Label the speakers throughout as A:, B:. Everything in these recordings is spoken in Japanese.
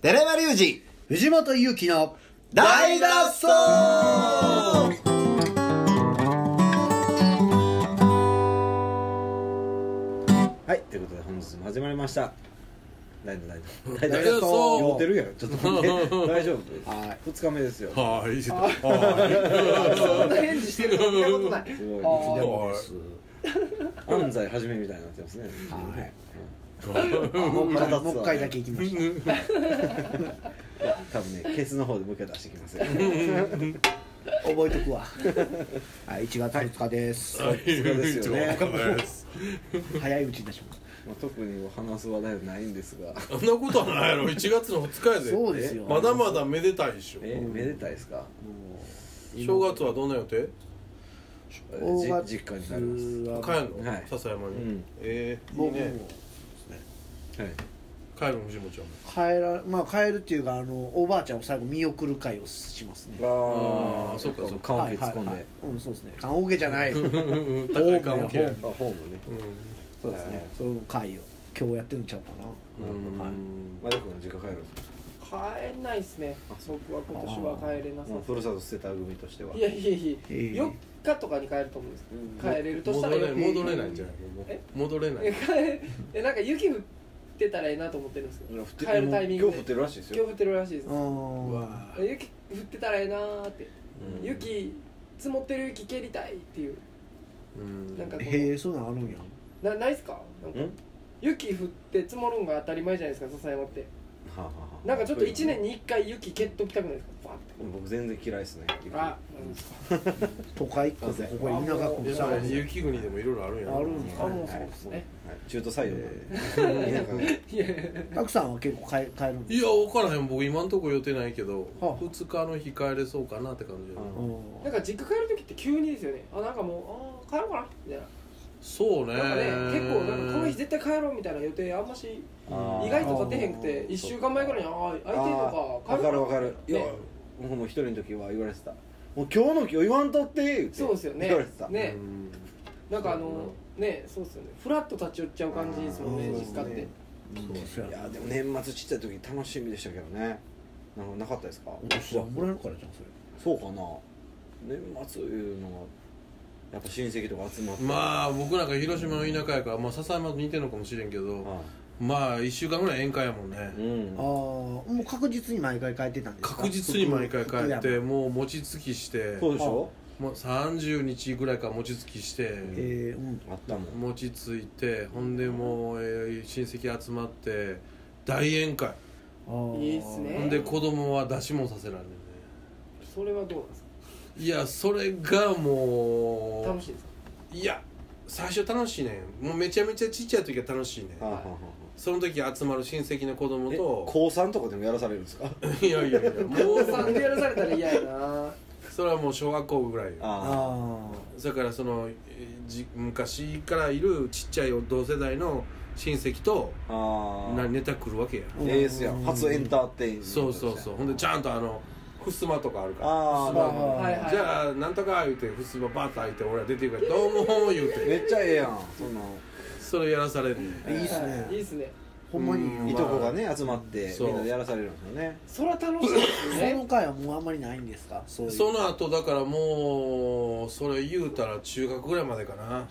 A: 寺山隆二
B: 藤本勇樹の
A: 大脱走
C: はい、ということで本日も始まりました。大丈夫 大丈夫。大
B: 大丈夫
C: 酔ってるやん。ちょっと待って。 大丈夫。
B: は
C: 二日目ですよ。
A: はーいは
B: そんな返事してるの見たことない
C: すごい。
B: あ
A: ー
C: 安西はじめみたいになってますね。
A: ー
B: もう一回もう一回だけ行きました
C: 多分ね、ケツの方で向け出してきますよ。2
B: 覚えとくわはい1月2日です、
C: 日ですよね。
B: 早いうちに出します
C: まあ、特に話す話題はないんですが。
D: そんなことはないやろ1月の2日やで
B: そうですよ
D: まだまだめでたいでしょ
C: え、めでたいですか。
D: 正月はどんな予定
C: じ
B: 大
C: 実家になります。
B: は
D: 帰るの、
C: はい
D: 笹山に、
C: うん
D: ええい
B: も
D: いうね
C: はい。
D: 帰るの藤本ちゃんも
B: 帰らまあ帰るっていうかあのおばあちゃんを最後見送る会をしますね
D: あーそっかそっか
C: 顔に突っ込んで。
B: はいはいはい、うんそうですね棺桶じゃない
D: うん高い関
B: ホ
D: 係
B: ームやホーム
C: あ、ホームね。
B: そうですねその会を今日やってるんちゃうかな
C: うん。
D: はい
C: まあ、よく実家帰るんですか。
E: 帰んないっすね僕は今年は帰れなさ
C: まあ、ふるさと捨てた組としては。
E: いやいやいや
B: えー
E: 4日とかに帰ると思うんです
C: うん
E: 帰れるとした
D: 戻
E: ら
D: れない
E: 4日
D: 戻れないんじゃない
E: え
D: 戻れない
E: え帰 えなんか雪降ってたらええなと思ってるんですけど帰るタイミン
C: 今日
E: グで
C: 降ってるらしいです
E: 今
C: よ
E: 日降ってるらしいです
B: うーん
D: うわ
E: え雪降ってたらええなーって雪積もってる雪蹴りたいっていう
D: うん
E: なんかこ
B: へえそうなんあるんや
E: のなないっすかなんか
C: ん
E: 雪降って積もるんが当たり前じゃないですか笹山って
C: はあはあ
E: なんかちょっと1年に1回雪蹴っときたくないですかバッ
C: 僕全然嫌いですね
E: てあなんですか
B: 都会っ子でここ田舎っ子
D: で
B: さ
D: も雪国でもいろいろあるんやろ
B: あるん
E: あもうそうですね
C: はい中途採用
E: いや
B: たくさんは結構帰帰るんで
D: いや分からへん僕今んとこ予定ないけど、
B: はあ
D: 2日の日帰れそうかなって感じ、
C: うん
B: うん
E: なんか実家帰る時って急にですよねあなんかもうあー帰ろうかなみたいな
D: そうね
E: なんかね、結構なんかこの日絶対帰ろうみたいな予定あんまし意
C: あー
E: 外と立てへんくて
B: あ
E: 1週間前ぐらいにああ空いてんのか
C: 分
E: 帰
C: か
E: ろ
C: る
E: う
C: 分かるいや
E: ね
C: 僕も一人の時は言われてたもう今日の今日言わんとって言って
E: そうですよね
C: 言われてた
E: ね
D: うん
E: なんかあのねそうっすよねフラッと立ち寄っちゃう感じですもんね
C: あー
E: 実家って
B: そう
C: い
B: や
C: やでも年末ちっちゃい時楽しみでしたけどねなんかなかったですか
B: お年玉もらえるからじゃんそれ
C: そうかな年末いうのはやっぱ親戚とか集まって
D: まあ僕なんか広島の田舎やから、まあ、笹山と似てるのかもしれんけど、
C: は
D: まあ1週間ぐらい宴会やもんね
C: いうん
B: ああもう確実に毎回帰ってたんですか
D: 確実に毎回帰っ
B: 福
D: て
B: 山
D: もう餅つきして
C: そうでしょ
D: もう30日ぐらいから餅つきして
B: えー、うん
C: あったもん
D: 餅ついてほんでもう、えー親戚集まって大宴会
B: あー
E: いいっすね
D: ほんで子供は出しもさせられるね
E: それはどうなんですか
D: いやそれがもう
E: 楽しいですか
D: いや最初楽しいねんもうめちゃめちゃちっちゃい時は楽しいねん
C: はあはあはあ
D: その時集まる親戚の子供
C: え
D: と
C: 高三とかでもやらされるんです か
D: いやいやいやも
E: 高
D: う
E: 3でやらされたら嫌やな
D: それはもう小学校ぐらいよ
C: あ
B: あ
D: だからそのえーじ昔からいるちっちゃい同世代の親戚と
C: ああ
D: な
C: あ
D: ネタ来るわけや
B: うん
C: エースやん初エンターテインメント
D: そうそうそうほんでちゃんとあの襖とかあるから
B: ー
C: ああ
B: あー
E: はいはい
D: じゃあなんとか言うて襖バーッと開いて俺ら出てくから「どうも」言う
C: め
D: て
C: っちゃええやんそんなん
D: それやらされんねん
B: あいいっすね
E: いいっすね
B: ほんまに
D: うん
C: いとこがね集まって
D: そう
C: みんなでやらされるんですよね
E: それは楽しいですよ
B: そ
E: ね
B: の回はもうあんまりないんですかそういう
D: その後だからもうそれ言うたら中学ぐらいまでかな
B: はあ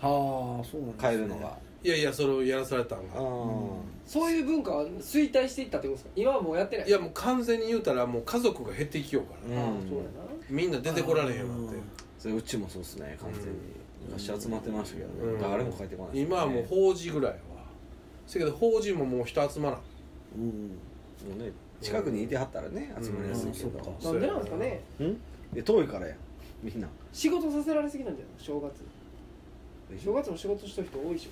B: そうなんです、ね、
C: 帰るのが
D: いやいやそれをやらされたん
C: あ
D: が
C: あ
E: そういう文化は衰退していったってことですか今はもうやってない
D: いやもう完全に言うたらもう家族が減っていきようか
C: う
D: ら
E: あー
C: ん
E: そうやな
D: みんな出てこられへんようになって
C: それうちもそうっすね完全に昔集まってましたけど
D: うん
C: ね誰も帰ってこないですね
D: 今はもう
C: も
D: 法事ぐらいはせやけど法事ももう人集まらん
B: うん
C: うね近くにいてはったらね集まりやすいけ
B: うんあーそっ
C: ど
E: なんでなんですかね
C: うんえ遠いからやみんな
E: 仕事させられすぎなんじゃない正月正月も仕事してる人多いし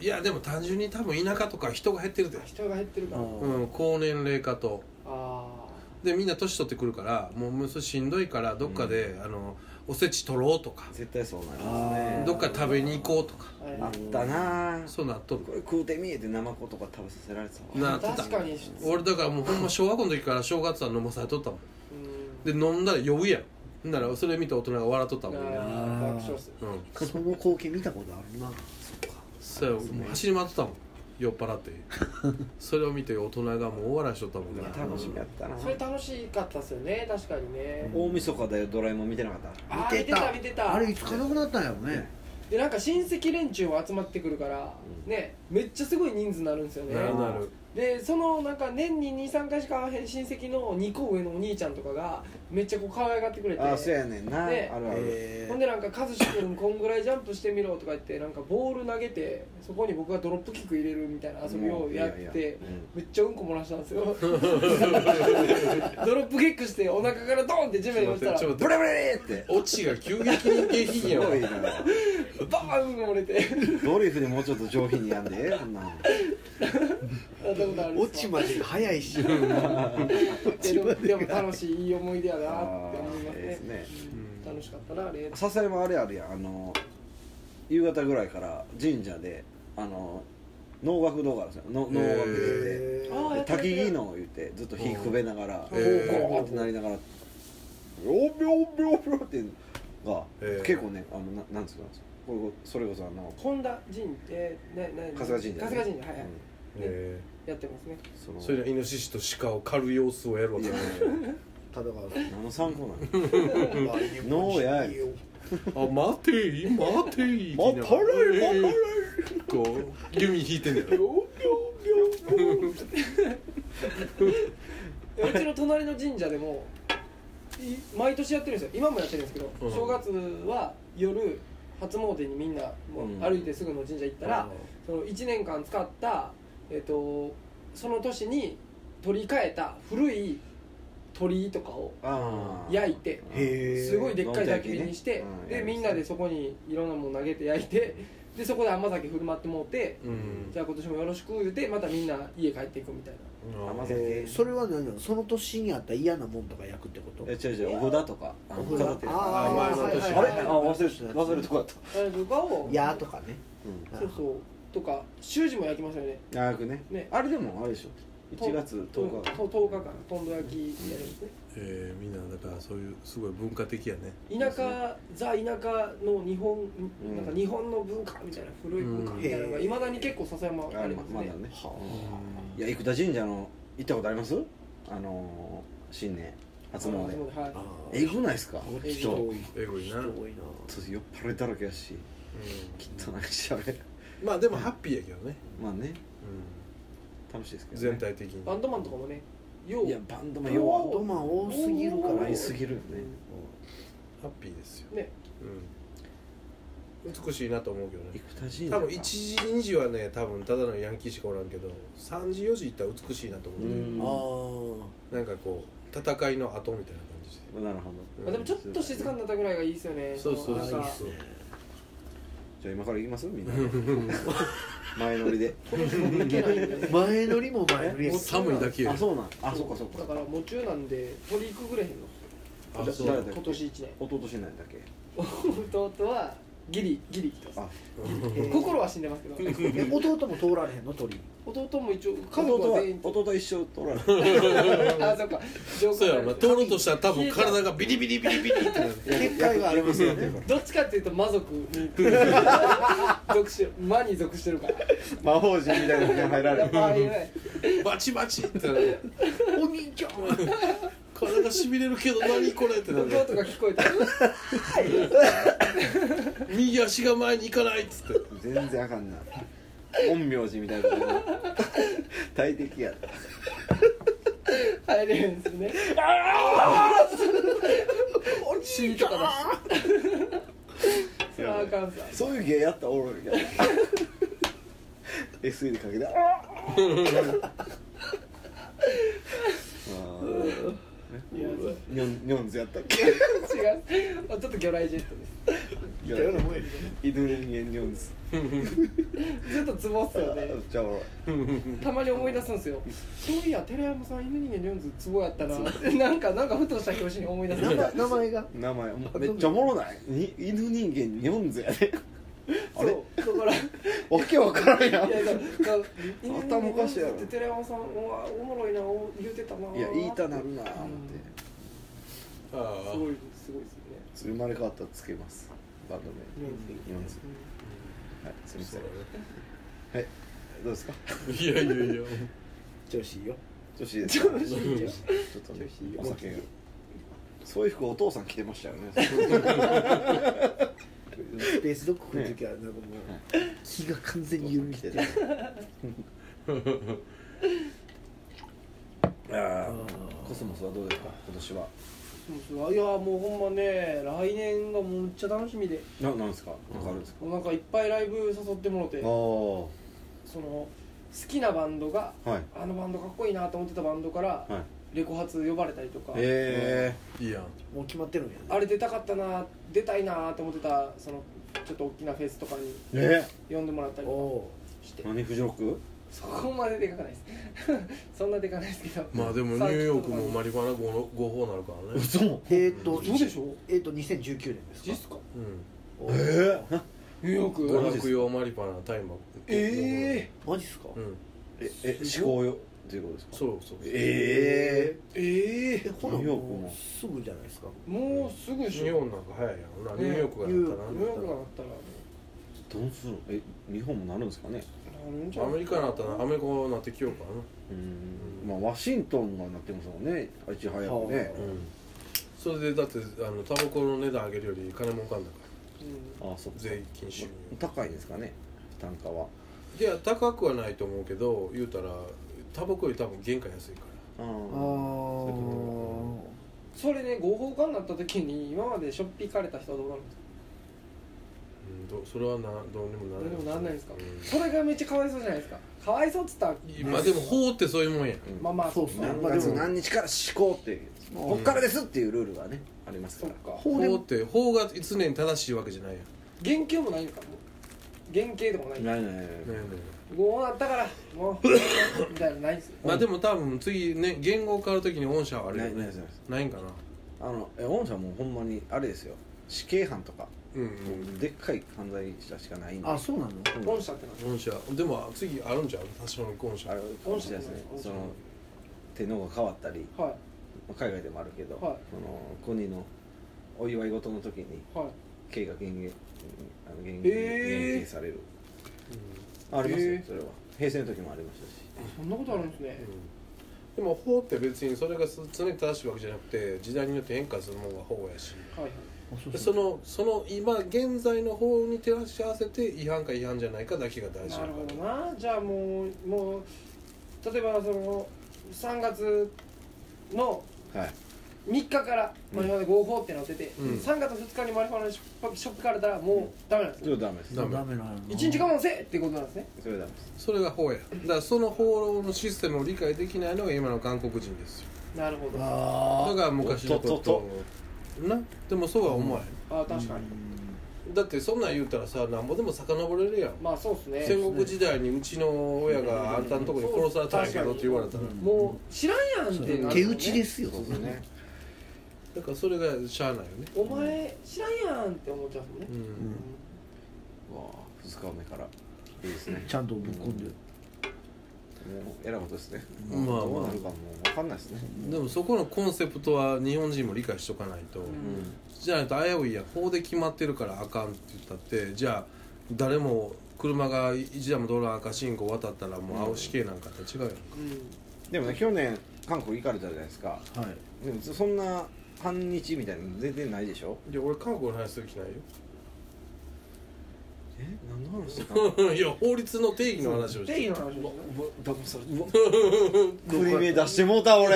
D: いやでも単純に多分田舎とか人が減ってるで
E: 人が減ってるから
B: あ
D: うん高年齢化と
E: あ
D: でみんな年取ってくるからもうもうそれしんどいからどっかで、あのおせち取ろうとか
C: 絶対そうなります
B: あ
C: ね
B: ー
D: どっか食べに行こうとか
E: あはい
C: あったなあ
D: そうなっとる
C: これ食うてみえてナマコとか食べさせられてたわ
D: なってた
E: 確かに
D: 俺だからもうほんま小学校の時から正月は飲まされとったもん
E: うん
D: で飲んだら酔うやんほんならそれ見て大人が笑っとったもんね
E: あー爆笑っす
D: うん
B: その光景見たことあるな
D: そうやもう走り回っとったもん酔っ払 ってそれを見て大人がもう大笑いしとったもんね
C: 楽しみやったな
E: それ楽しかったですよね確かにね、
C: 大晦日だよドラえもん見てなかった
E: あー見てた見てた
B: あれいつかなくなったんやろね
E: でなんか親戚連中も集まってくるから、ねめっちゃすごい人数になるんですよね
D: なるなる
E: でそのなんか年に23回しか会わへん親戚の2個上のお兄ちゃんとかがめっちゃこう可愛がってくれて
C: あそうやねんなあ
E: ね
C: るある
B: え
E: ほんでなんか「和志くんこんぐらいジャンプしてみろ」とか言ってなんかボール投げてそこに僕がドロップキック入れるみたいな遊びをやっ
C: うんいやいや
E: てめっちゃうんこ漏らしたん ですよドロップキックしてお腹からドンって地面に落ちたら
D: ちょっと
C: ブ
D: 待
C: レ
D: って
C: ブレって
D: オチが急激に
C: す
D: 下品や わ
C: ごいな
E: バーンうんこ漏れ て
C: ドリフでもうちょっと上品にやんでええそんなの
E: なったことあるん
B: 落
E: です
B: ち
E: か
B: まで早いし
E: でもでも楽しいいい思い出やなって思い
C: あ
E: ま
C: ーえ
E: すね
C: えですね
E: うん楽しかったなあれ
C: 笹山あれあるやんあの夕方ぐらいから神社であの能楽堂からさの能楽堂で
B: え
E: あーや
C: で
E: ってる
C: 滝技能言ってずっと火くべながらこう
D: へー
C: こうってなりながら「おびょびょびょ」っていうのが
D: へー
C: 結構ねあのななんつうのこれそれこそあの
E: 本田神えーなな
C: 春日神社ね
E: 春日神社はいはい、
C: う
D: え
E: やってますね
C: んそ
D: ー
C: の
D: それじゃイノシシと鹿を狩る様子をやるわ
C: い
D: け
C: や
D: ね
B: ただか
C: 何の参考なの
B: ノ
C: ーやい
D: あ待てい 待てい
C: 待たれい待たれい
D: こう弓引いてんねや ろ
E: うちの隣の神社でもい毎年やってるんですよ今もやってるんですけど、
D: うん
E: 正月は夜初詣にみんなも
C: うん
E: う歩いてすぐの神社行ったら、
D: うん
E: その1年間使った、えっとその年に取り替えた古い鳥居とかを
C: あー
E: 焼いて
B: へえ
E: すごいでっかい焚き火にして、
C: うん
E: でみんなでそこにいろんなもの投げて焼いてでそこで甘酒振る舞ってもうて、
D: うん
E: じゃあ今年もよろしく言うてまたみんな家帰っていくみたいな
C: 甘酒
B: えーそれは何なのその年にあった嫌なもんとか焼くってこと
C: え違う違うお札とかあの
B: お札
C: 飾ってる
B: あ
D: ー前の
E: はい
D: 年
E: はい
C: あ
E: は
C: れ
E: い
C: あ忘れ忘れとこやった
E: あれとかを
B: やとかね
E: そうそうとか習字も焼きましたよね
C: 長くね
E: ね
C: あれでもあれでしょ1月10日
E: そう10日間トンド焼きやるんですね
D: えーみんなだからそういうすごい文化的やね
E: 田舎ザ田舎の日本、なんか日本の文化みたいな古い文化みたいなのが
B: うん
E: いまだに結構笹山あ
C: あ
E: り
C: れ
E: ます
C: まだ
E: ね,、
C: ねいや生田神社の行ったことありますあのー新年初
E: そうなんです
C: 詣
E: はい
C: えぐないっすか
E: え
C: 人
E: 人
D: エゴいな、うん、
B: 多いな
C: そう酔っ払いだらけやし汚いしあれ
D: まあでもハッピーやけどね、
C: まあね
D: う
C: 楽しいですけ
D: ん、
C: ど
D: 全体的に
E: バンドマンとかもねよう
C: いやバンドも
B: ヨ
C: 弱
B: ワ
C: っ
B: ドマン多すぎるか
E: お
B: ら
E: ー
C: いすぎるよね
D: ハッピーですよ、
E: ね
D: うん、美しいなと思うけどね
C: 生田神社
D: 多分1時2時はね多分ただのヤンキーしかおらんけど3時4時行ったら美しいなと思
C: う
D: うね
C: ん
B: あ
D: なんかこう戦いの後みたいな感じで
C: なるほ
D: うん
E: まあ、でもちょっと静かになったぐらいがいいですよね
D: そうそう
E: なん
D: そう
E: か
D: そう
C: どじゃあ今から行きますみんな前乗りで
E: この人も行けないんでね
B: あ前乗りも前乗りや
D: もう
B: し
D: 寒いだけよ
C: あそうなんあそうかそう
E: だ
C: か
E: から夢中なんで取り行くぐらいへんの
D: あ
C: だ
D: そう
C: 誰だっけ
E: 今年一年
C: 弟しないだけ
E: 弟はギリギリ来てます
C: あ
E: 心は死んでますけど
B: え弟も通られへんの鳥
E: 弟も一応家族
C: 弟
E: は
C: は
E: 全員
C: 弟一生取られる
E: あそっか上
D: そうや
E: な
D: な通ろうとしたら多分体がビリビリビリビリってなる
B: 結界がありますよ ね
E: どっちかっていうと魔族に属してる魔に属してるから
C: 魔法陣みたいなのに入られ
E: やっ
C: る
E: ぱああいうね
D: バチバチってなる
B: お兄ちゃん
D: 体がしびれるけど何これってな
E: 弟
D: る
E: が聞こえた
D: 右足が前に行かないっつって
C: 全然あかんな陰陽師みたいなこと大敵や
E: 入れるんですねおちいとかだしそれはあかんさ
C: そういう芸やったらおるんや SE でかけてあーあー
E: いや
C: ニョンニョンズやったっけ
E: 違うちょっと魚雷ジェットです
C: いや犬人間ニョンズ
E: ずっとツボっすよ
C: め
E: ね
C: っちゃおもろい
E: たまに思い出すんですよそういや寺山さん犬人間ジョーンズツボやったななんかなんかふとした表紙に思い出す
B: 名前名前が
C: 名前めっちゃおもろないに犬人間ニョンズやであれ
E: そうだから
C: わけわからんやん
E: いやだから
C: 頭おかしいやろ
E: って寺山さんはおもろいなお言うてたないい
C: や言いたなるなー思っ
E: うん
C: て
D: ああ
E: すごいすごいですよね
C: 生まれ変わったらつけますバンド名
E: 日本人
C: ニョンズはいすみません
D: そうだね
C: はいどうですか
D: いやいやいや
B: 調子いいよ
C: 女子ですか
E: 子いいよ
C: ちょっとね
E: 女子いいよ
C: お酒がそういう服お父さん着てましたよね
B: スペースドッグ来る時はなんかもう気が完全に緩みてて
C: あーコスモスはどうですか今年は
E: そうそういやもうほんまね来年がもうめっちゃ楽しみで
C: ななんですかなんかあるんですか
E: なんかいっぱいライブ誘ってもらって
C: ああ
E: その好きなバンドが
C: はい
E: あのバンドかっこいいなと思ってたバンドから
C: はい
E: レコ発呼ばれたりとか、
C: え
D: いいやん
B: もう決まってるんやね
E: あれ出たかったな出たいなと思ってたそのちょっと大きなフェスとかに
C: ー、え
E: 呼んでもらったり
B: お
E: と
B: お
E: かして
C: ー、何フジロック
E: そこまででかくないです そんなでかないですけど
D: まあでもニューヨークもマリファナ合法合法なるからね
C: そう
B: えーっと
E: そうでしょ
B: えーっと2019年です
E: ジ
B: か
E: スか
D: う
B: お
C: え
B: ー
C: ー、
E: ニューヨーク
D: ん
C: マ
D: 娯
C: ジっす
D: 楽
C: か
D: 用マリファナ大麻
E: ええ
B: マジっすか
D: うん
C: ええ思考よっていうことですか
D: そうそう
C: え
E: ー、ええ
B: えほら
C: ニューヨークも
B: もうすぐじゃないですか
E: もうすぐで
D: 日
E: しょ
D: 本なんか早いやろなニューヨークがなった
E: ニ
D: ら
E: ューヨークがなったら
C: ー、どうするのえ日本もなるんですかね
E: なるんじゃ
D: ア
E: ない
D: メリカになったらアメリカになってきようか
C: うんまあワシントンがなってますもんねいち早くね
D: なうんそれでだってあのタバコの値段上げるより金儲かんだか
E: う
C: ああそっ
D: ら
C: か
D: 税金収入
C: 高いですかね単価はい
D: や高くはないと思うけど言うたらタバコより多分原価安いか、
C: あ
B: あ
C: ー
B: ー
E: んそれね合法化になった時に今までショッピー行かれた人はどうなるんですから
D: うん、どそれはなどうにもなら
E: どう
D: ない
E: にもなんないんですか
D: うん
E: それがめっちゃかわいそうじゃないですかかわいそうっつったら
D: まあでも法ってそういうもんや
C: うん
E: まあまあ
B: そう
E: っ
B: っ
E: す
B: す
E: ね
B: ね
C: 何
B: まあで
C: 月
B: も
C: 何日から施行っていうこっからですっていうルールがねあります
E: そ
C: か
E: っ
C: ら
E: か
B: 法で
D: 法
B: も
D: って法が常に正しいわけじゃないやん
E: 原型もないのかもう原型とかもない
C: ないないない
D: ねえね
E: こうなったから もうみたいなのないんすよ
D: えまあでも多分次ね言語を変わるときに御社はあるよ
C: ないないで
D: ね
C: す
D: ないんかな
C: あのえ御社もうほんまにあれですよ死刑犯とか
D: うんう
C: も
D: ん
C: うでっかい犯罪者しかないんで
B: あそうなの
C: うん
E: 本社ってな
D: 御社でも次あるんちゃう多少の御社
C: あれかもしれないですね
E: 御社
C: その天皇が変わったり
E: はい
C: まあ海外でもあるけど、
E: はい
C: その国のお祝い事の時に
E: はい
C: 刑が減刑あの減
E: えー
C: 減刑されるありますよ、
E: えー
C: それは平成の時もありましたし
E: そんなことあるんですね
D: でも法って別にそれが常に正しいわけじゃなくて時代によって変化するもんが法やし
E: はいはい
D: でそのその今現在の法に照らし合わせて違反か違反じゃないかだけが大事
E: な
D: だ
E: る
D: か
E: ほど
D: ら
E: なじゃあもうもう例えばその3月の
C: はい
E: 3日からマリファナ合法ってなってて、
D: うん
E: 3月2日にマリファナショップショップからたらもうダメなんです
C: それ
E: よ、
C: はダメです
D: ダメ
B: ダメなの
E: 1日我慢せえってことなんですね
C: それはダメです
D: それが法やだからその法のシステムを理解できないのが今の韓国人ですよ
E: なるほど
B: あ
E: あ
D: だ
B: ー
D: から昔のこと
C: とと
D: をなでもそうは思わへん、
E: あ確かに、
D: だってそんなん言うたらさなんぼでも遡れるやん、
E: まあそうですね
D: 戦国時代にうちの親があんたのとこに殺されたんやけどって言われたら、
B: うん
E: もう知らんやんってなるもんね
B: 手打ちですよ
C: そうですね
D: だからそれがしゃあないよね
E: お前知らんやんって思っちゃうもんね
D: う、ん、
C: うわあ2日目からいいですね
B: ちゃんとぶっ込んでる
C: もうえらいことですね
D: うんまあ
C: どう
D: ま
C: なるかもう分かんないですね
D: あでもそこのコンセプトは日本人も理解しとかないと、
E: うん
D: じゃないと危ういやん法で決まってるからあかんって言ったってじゃあ誰も車が一台も道路赤信号渡ったらもう青死刑なんかって違うやん
E: う
C: でもね去年韓国行かれたじゃないですか
B: はい
C: でもそんな反日みたいなの全然ないでしょ
D: いや俺韓国の話する気ないよ
C: え何の話してた
D: いや法律の定義の話を
E: ん
D: して
E: 定義の話ですね
C: 振り目出してもう た俺
B: っ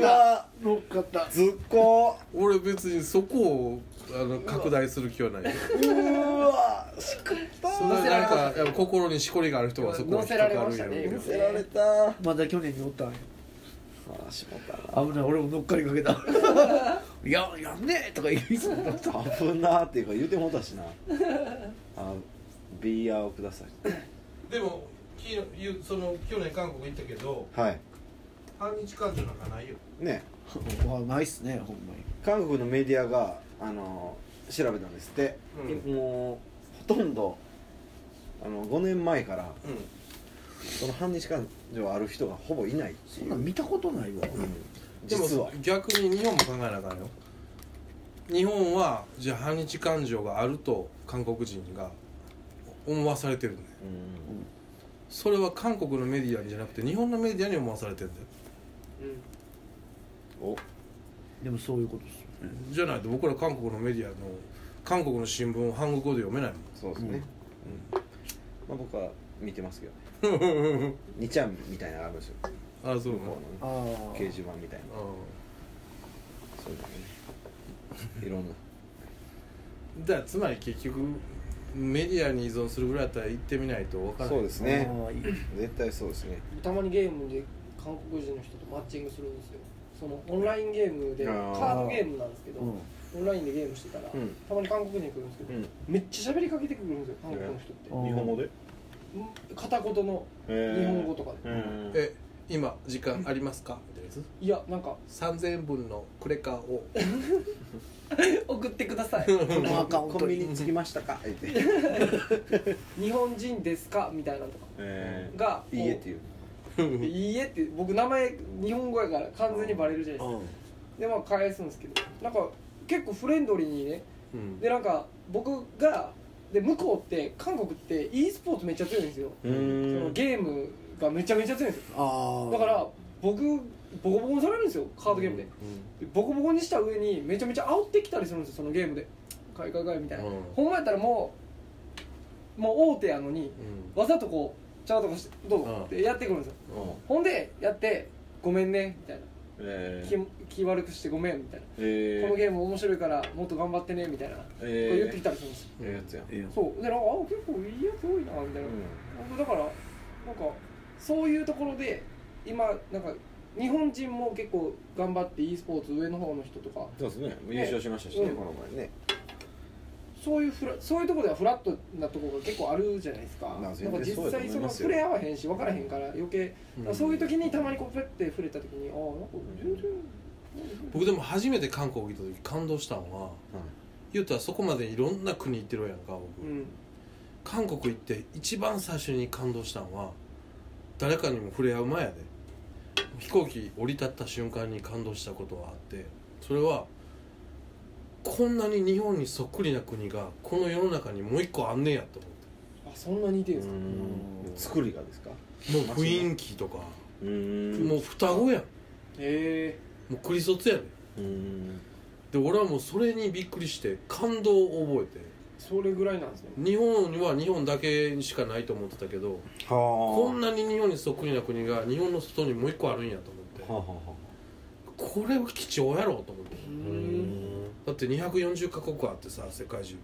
B: た乗っかった
C: ずっこ
D: 俺別にそこをあの拡大する気はないよ
C: うーわしく
D: そんな
E: 乗せ
D: な
E: られ
D: ん
E: ました
D: かやっぱ心にしこりがある人はそこを引っかかるんやろうけど
E: 乗
C: せられたあ
B: まだ去年におったんや
C: ーしもた
B: 危ない俺も乗っかりかけたいややんねえとか言い そうになった
C: な危なーっていうか言うてもうたしなあビーヤーをください
D: でもきゆその去年韓国行ったけど
C: はい
D: 反日感情なんかないよ
C: ね
B: まあないっすねほんまに
C: 韓国のメディアがあの調べたんですって、
D: うん
C: もうほとんどあの5年前から
D: う
C: その反日感情ある人がほぼいないって
B: そ
C: い
B: ん
C: う、
B: な
C: うんん
B: 見たことないわ
D: んで
C: 実は
D: も逆に日本も考えなあかんよ日本はじゃあ反日感情があると韓国人が思わされてるね
C: うん
D: それは韓国のメディアにじゃなくて日本のメディアに思わされてんだよ
E: うん
A: お
B: でもそういうことですよ
D: じゃないと僕ら韓国のメディアの韓国の新聞を韓国語で読めないもん
C: そうですね、まあ、僕は見てますけどね 2ちゃんみたいなのあるんですよ
D: あそう
C: 向こう
B: あ
C: のね掲
B: あ
C: 示板みたいな
D: う
C: そういうの ねいろんなん
D: だからつまり結局メディアに依存するぐらいだったら行ってみないと分からない
C: そうですね
B: ああいい
C: 絶対そうですね
E: たまにゲームで韓国人の人とマッチングするんですよそのオンラインゲームで
C: あ
E: カ
C: ー
E: ードゲームなんですけど、
B: うん
E: オンラインでゲームしてたら、
C: うん
E: たまに韓国人来るんですけど、
C: うん
E: めっちゃ喋りかけてくるんですよ韓国の人って、
B: うん
A: で
E: うん片言の日本語とかで、
A: うん
D: え今時間ありますかみたいなやつ
E: いやなんか
D: 3000円分のクレカを
E: 送ってください
B: このアカウン
C: コ
B: ト
C: ンビ
B: に
C: ニ着きましたか言って
E: 日本人ですかみたいなのとか
C: えー
E: が
C: いいえっていう
E: いういいえって僕名前日本語やから完全にバレるじゃないですかでまあ返すんですけどなんか結構フレンドリーにね
D: うん
E: でなんか僕がで向こうって韓国って e スポーツめっちゃ強いんですよ
C: う
E: その
C: ーん
E: ゲームがめちゃめちゃ強いんですよ
B: ああ
E: だから僕ボコボコにされるんですよカードゲームででボコボコにした上にめちゃめちゃ煽ってきたりするんですよそのゲームで「かいかいかい」みたいな、
D: うん
E: ほんまやったらもうもう大手やのに
D: う
E: わざとこうちゃうとかしてどう
D: うん
E: ぞってやってくるんですよ
C: うん
E: ほんでやって「ごめんね」みたいな
C: え
E: 気
C: ー
E: 気悪くしてごめんみたいな、
C: え
E: この
C: ー
E: ゲーム面白いからもっと頑張ってねみたいな、こ
C: え
E: う
C: ー
E: 言ってきたりするんですよ
C: ええやつやん
B: ええやん
E: そうでなんかあ結構いいやつ多いなみたいな、僕だからなんかそういうところで今なんか日本人も結構頑張って e スポーツ上の方の人とか
C: そうですね優勝しましたしね
E: うん
C: この前ね
E: そういうフラそういうところではフラットなところが結構あるじゃないですか
C: まあ
E: なんか
C: 全然
E: 実際
C: そ
E: そ
C: だ
E: う
C: と思い
E: の
C: ます
E: 触
C: よ
E: れ合わへんし分からへんから余計、
D: うん
E: だからそういう時にたまにこうペッて触れた時にああなんか全然
D: 僕でも初めて韓国行った時感動したのは
C: はい
D: 言うたらそこまでいろんな国行ってるやんか僕、
E: うん
D: 韓国行って一番最初に感動したのは誰かにも触れ合う前やで飛行機降り立った瞬間に感動したことはあってそれはこんなに日本にそっくりな国がこの世の中にもう一個あんねんやと思
E: あそんな似てるんですか、
C: うん作りがですか
D: ってもう雰囲気とか
C: うーん
D: もう双子やん
E: へ
D: もうクリソツやで
C: うーん
D: で俺はもうそれにびっくりして感動を覚えて
E: えそれぐらいなんですね
D: 日本には日本だけにしかないと思ってたけどこん
C: は
D: なに日本にそっくりな国が日本の外にもう一個あるんやと思って
C: あはあはあは
D: これは貴重やろと思って
E: う
C: あ
E: ん
D: だって240カ国あってさ世界中に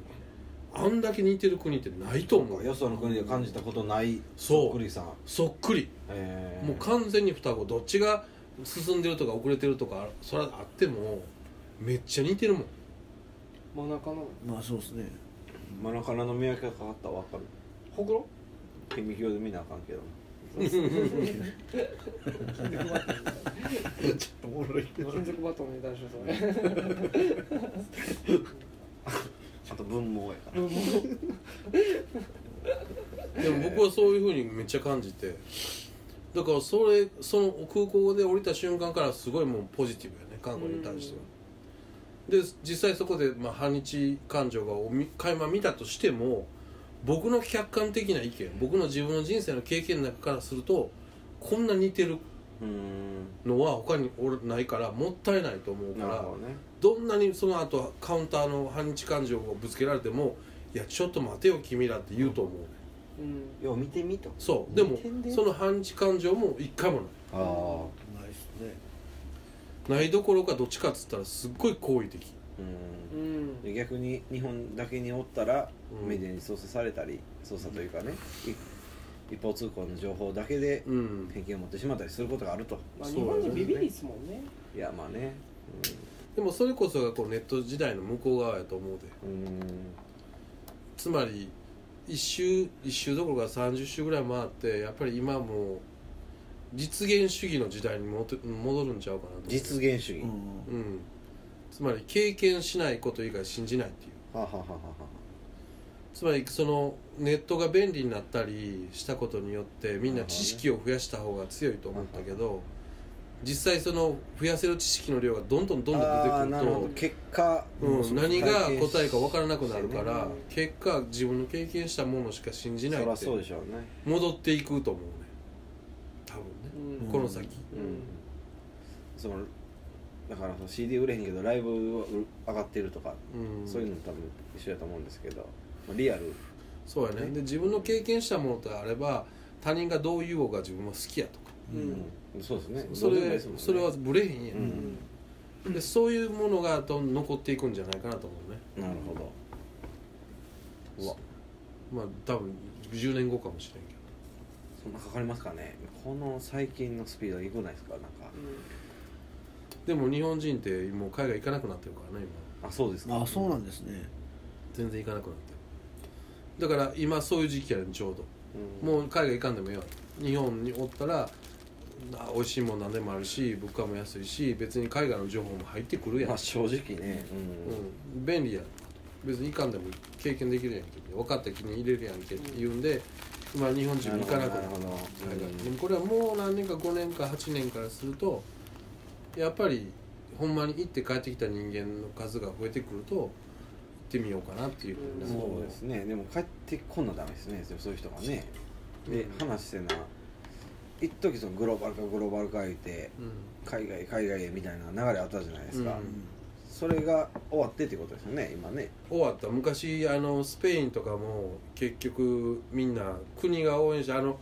D: あんだけ似てる国ってないと思うよ
C: よその国で感じたことない
D: そう
C: そっくりさん
D: そっくり
C: えー
D: もう完全に双子どっちが進んでるとか遅れてるとかそれはあってもめっちゃ似てるもん
E: 真ん中の
B: まあそうですね
C: マナカナの見分けがかかったらわかる
E: ほくろ
C: 顕微鏡で見なあかんけど
E: 金属バット金属バットの値段しようそれ
C: あと文盲やか
D: でも僕はそういうふうにめっちゃ感じてだからそれその空港で降りた瞬間からすごいもうポジティブやね韓国に対してはで実際そこでまあ反日感情がおみ垣間見たとしても僕の客観的な意見僕の自分の人生の経験の中からするとこんな似てる
C: うーん
D: のは他に俺ないからもったいないと思うか
C: なる
D: ら
C: ほどね
D: どんなにその後カウンターの反日感情をぶつけられても「いやちょっと待てよ君ら」って言うと思う
E: うん
C: よう見てみと
D: そうでも
C: 点で
D: その反日感情も一回も
C: ああ
B: ないですね
D: ないないどころかどっちかっつったらすっごい好意的
C: う
E: うんん
C: で逆に日本だけにおったら、
D: うん
C: メディアに操作されたり操作というかね、い一方通行の情報だけで
D: うん
C: 偏見を持ってしまったりすることがあると
E: まあ、
D: そう
E: 日本人ビビりっすもんね
C: いやまあね
D: でもそれこそがこうネット時代の向こう側やと思うで
C: うんうん
D: つまり一周一周どころか30周ぐらい回ってやっぱり今もう実現主義の時代に戻って戻るんちゃうかなと思って
C: 実現主義、
B: うん
D: うんつまり経験しないこと以外信じないっていう
C: はあはあはあは
D: つまりそのネットが便利になったりしたことによってみんな知識を増やした方が強いと思ったけど実際その増やせる知識の量がどんどんどんど
C: あー
D: ん出
C: な
D: て
C: る
D: く
C: ほど
D: ると
C: 結果
D: うん、何が答えか分
C: 分
D: からなくなるから、
E: うん
D: 結果自分の経験したものしか信じない
C: そり
D: っ
C: ゃ
D: て
C: そうでしょうね
D: 戻っていくと思うね多分ね、
E: うん
D: この先
C: うん、そのだからその CD 売れへんけどライブは売上がってるとか、
D: うん
C: そういうの多分一緒やと思うんですけどまあリアル
D: そうやねで自分の経験したものであれば他人がどう言おうが自分は好きやとか
E: うん
C: そうですね
D: そ
C: どうでもいい
D: れ
C: ですもんね
D: それはブレへんや、
C: うん
D: でそういうものがどん残っていくんじゃないかなと思うね
C: なるほどうわ
D: まあ多分10年後かもしれんけど
C: そんなかかりますかねこの最近のスピードいくないですかなんか
D: でも日本人ってもう海外行かなくなってるからね今
C: あそうですか
B: あそうなんですね
D: 全然行かなくなってるだから今そういう時期やねちょうど
C: うん
D: もう海外行かんでもよ日本におったらあ美味しいもん何でもあるし物価も安いし別に海外の情報も入ってくるやん、
C: まあ正直ね
D: うん、便利やん別に行かんでも経験できるやんけ分かった気に入れるやんけって言うんで今日本人も行かなくな
C: な
D: る
C: るほどなるほど
D: 海
C: う
D: 外
C: ん
D: でもこれはもう何年か5年か8年からするとやっぱりほんまに行って帰ってきた人間の数が増えてくると行ってみようかなっていうふうになる
C: そうですねでも帰ってこんなダメですねでもそういう人がねで
D: うん
C: 話してな一時そのグローバル化グローバル化言って
D: うん
C: 海外海外へみたいな流れあったじゃないですか、
D: うん
C: それが終わってってことですよね今ね
D: 終わった昔あのスペインとかも結局みんな国が応援してあの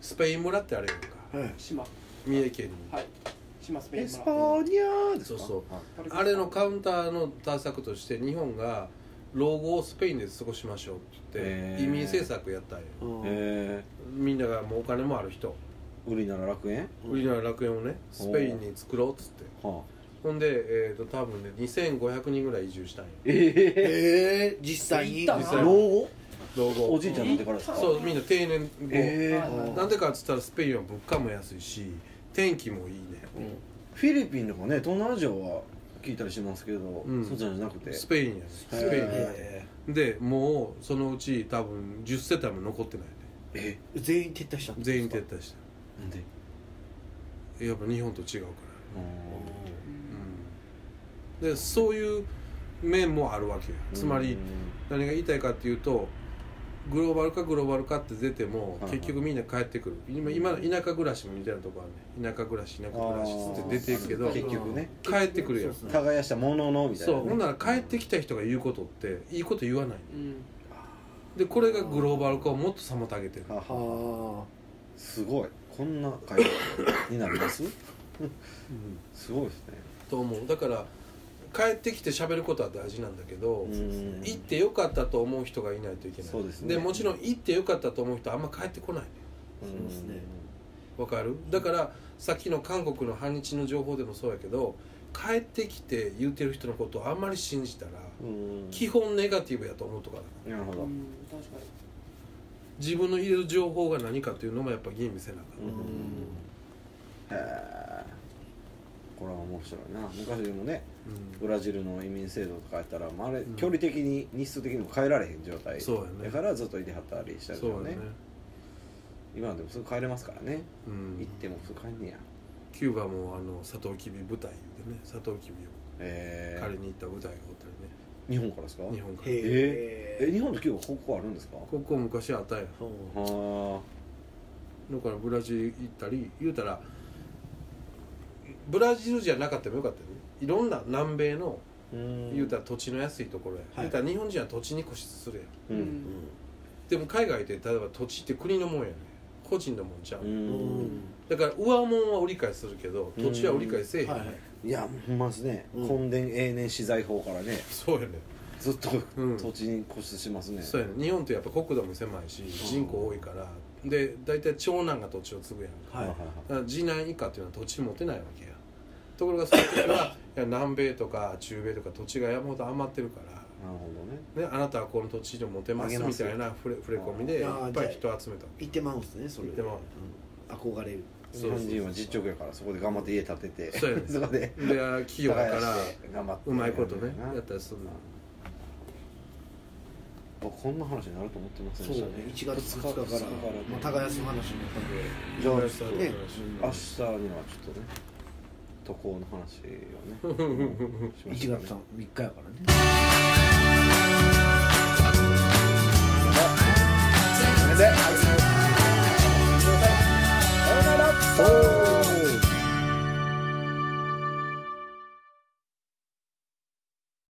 D: スペイン村ってあれやんか
B: はい
E: 島
D: 三重県に、
E: はい島スペイン
C: エスパ
E: 村
C: ーニャーですか
D: そうそう
C: あ
D: あれのカウンターの対策として日本が老後をスペインで過ごしましょうって言
C: へー
D: って移民政策やったんよ
C: へ
D: みんながもうお金もある人
C: え売りなら楽園
D: 売りなら楽園をねスペインに作ろうっつって
C: はあ
D: ほんで、えー、と多分ね2500人ぐらい移住したんよ
C: ええ
B: ええ実際に
E: 行
D: ったな
B: 老後
D: 老後
C: おじいちゃんになってからですか
D: そうみんな定年後、
C: え
E: はい
B: ー
D: なんでかっつったらスペインは物価も安いし天気もいいね、
C: フィリピンとかね東南アジアは聞いたりしますけど、
D: ん
C: そうじゃなくて
D: スペインやねスペイン
B: へ
D: でもうそのうち多分10世帯も残ってないね
C: え
B: 全員撤退したんですか
D: 全員撤退し
C: なんで
D: たやっぱ日本と違うから、うん、でそういう面もあるわけよつまり何が言いたいかっていうとグローバルかグローバルかって出ても
C: はいはい
D: 結局みんな帰ってくる今今の田舎暮らしもみたいなとこあるね田舎暮らし田舎暮らしっつって出ていくけど
C: あー結局ね
D: 帰ってくるやん
B: そう
C: 耕したもののみたいな
D: そ
C: ね、
D: うほんなら帰ってきた人が言うことっていいこと言わない
E: うん
D: でこれがグローバル化をもっと妨げてる
C: はあはあ
B: は
C: すごいこんな会話になりますすごいですね
D: と思うだから帰ってきて喋ることは大事なんだけど
C: うん
D: 行ってよかったと思う人がいないといけない
C: そうですね
D: もちろん行ってよかったと思う人はあんま帰ってこないね
B: そうですね
D: わかるだからさっきの韓国の反日の情報でもそうやけど帰ってきて言うてる人のことをあんまり信じたら
C: うん
D: 基本ネガティブやと思うとかだ
C: なるほ
E: う
C: ど、うん
E: ん確かに
D: 自分の入れる情報が何かというのもやっぱ吟味せなあか
C: うんへえこれは面白いな昔でもね
D: っ
C: ブラジルの移民制度とかやったら、まあ、あれ
D: ん
C: 距離的に日数的にも変えられへん状態
D: そうやね
C: だからずっといてはったりしたたり
D: うんそ
C: と
D: う
C: か
D: や
C: ね
D: ね
C: 今でもすぐ帰れますからね、
D: う
C: 行っ
D: ん
C: てもすぐ帰んねや
D: キューバもあのサトウキビ舞台でねサトウキビを
C: え
D: 借りに行った舞台がおったりね
C: ー、日本からですか
D: 日本か
B: あ
D: ら
B: へ
C: え
B: え
C: 日本とキューバ国交あるんですか
D: ここ昔あったやん
B: そう
C: は
D: だからブラジル行ったり言うたらブラジルじゃなかったもよかったよねいろんな南米の
C: あうん
D: 言うたら土地の安いところや、
B: はい
D: 言うたら日本人は土地に固執するやん
C: う
E: うんん
D: でも海外で例えば土地って国のもんやね個人のもんちゃう、
C: う
B: うんん
D: だから上物は売り買いするけど土地は売り買いせえへん、
B: はい
C: いやほんまですね
B: うん
C: 根田永年資材法からね
D: そうやね
C: ずっと
D: うん
C: 土地に固執しますね
D: そうやね日本ってやっぱ国土も狭いし人口多いからで大体長男が土地を継ぐやんか
B: はい
C: はい
D: だから次男以下っていうのは土地持てないわけやところがその時はいや南米とか中米とか土地が山ほど余ってるから、
C: なるほどね
D: ね、あなたはこの土地で持てま
C: あ
D: す
C: げま
D: み
C: す
D: たいな触れ触れ込みでいっ
B: あー
D: ぱい人集めた
B: 行ってまうんですねそれ
D: 行ってまう
B: うん憧れる
C: 日本人は実直やからそこで頑張って家建てて
D: そうやね
C: そこで
D: で企業だから
C: 耕して頑張って
D: うまいことね
C: な
D: やったりするの
C: あこんな話になると思ってません
B: そ
C: で
B: う
C: した
B: ね
C: ね
B: 1月2日からまあ耕す話になったんで
C: じゃあ
D: お願いし
C: ち
D: た
C: ょっ
D: いと思います
C: と明日にはちょっとね渡航の話を ねうんしまし
B: 1
C: たね
B: 月3日やからね
A: それではいさようなら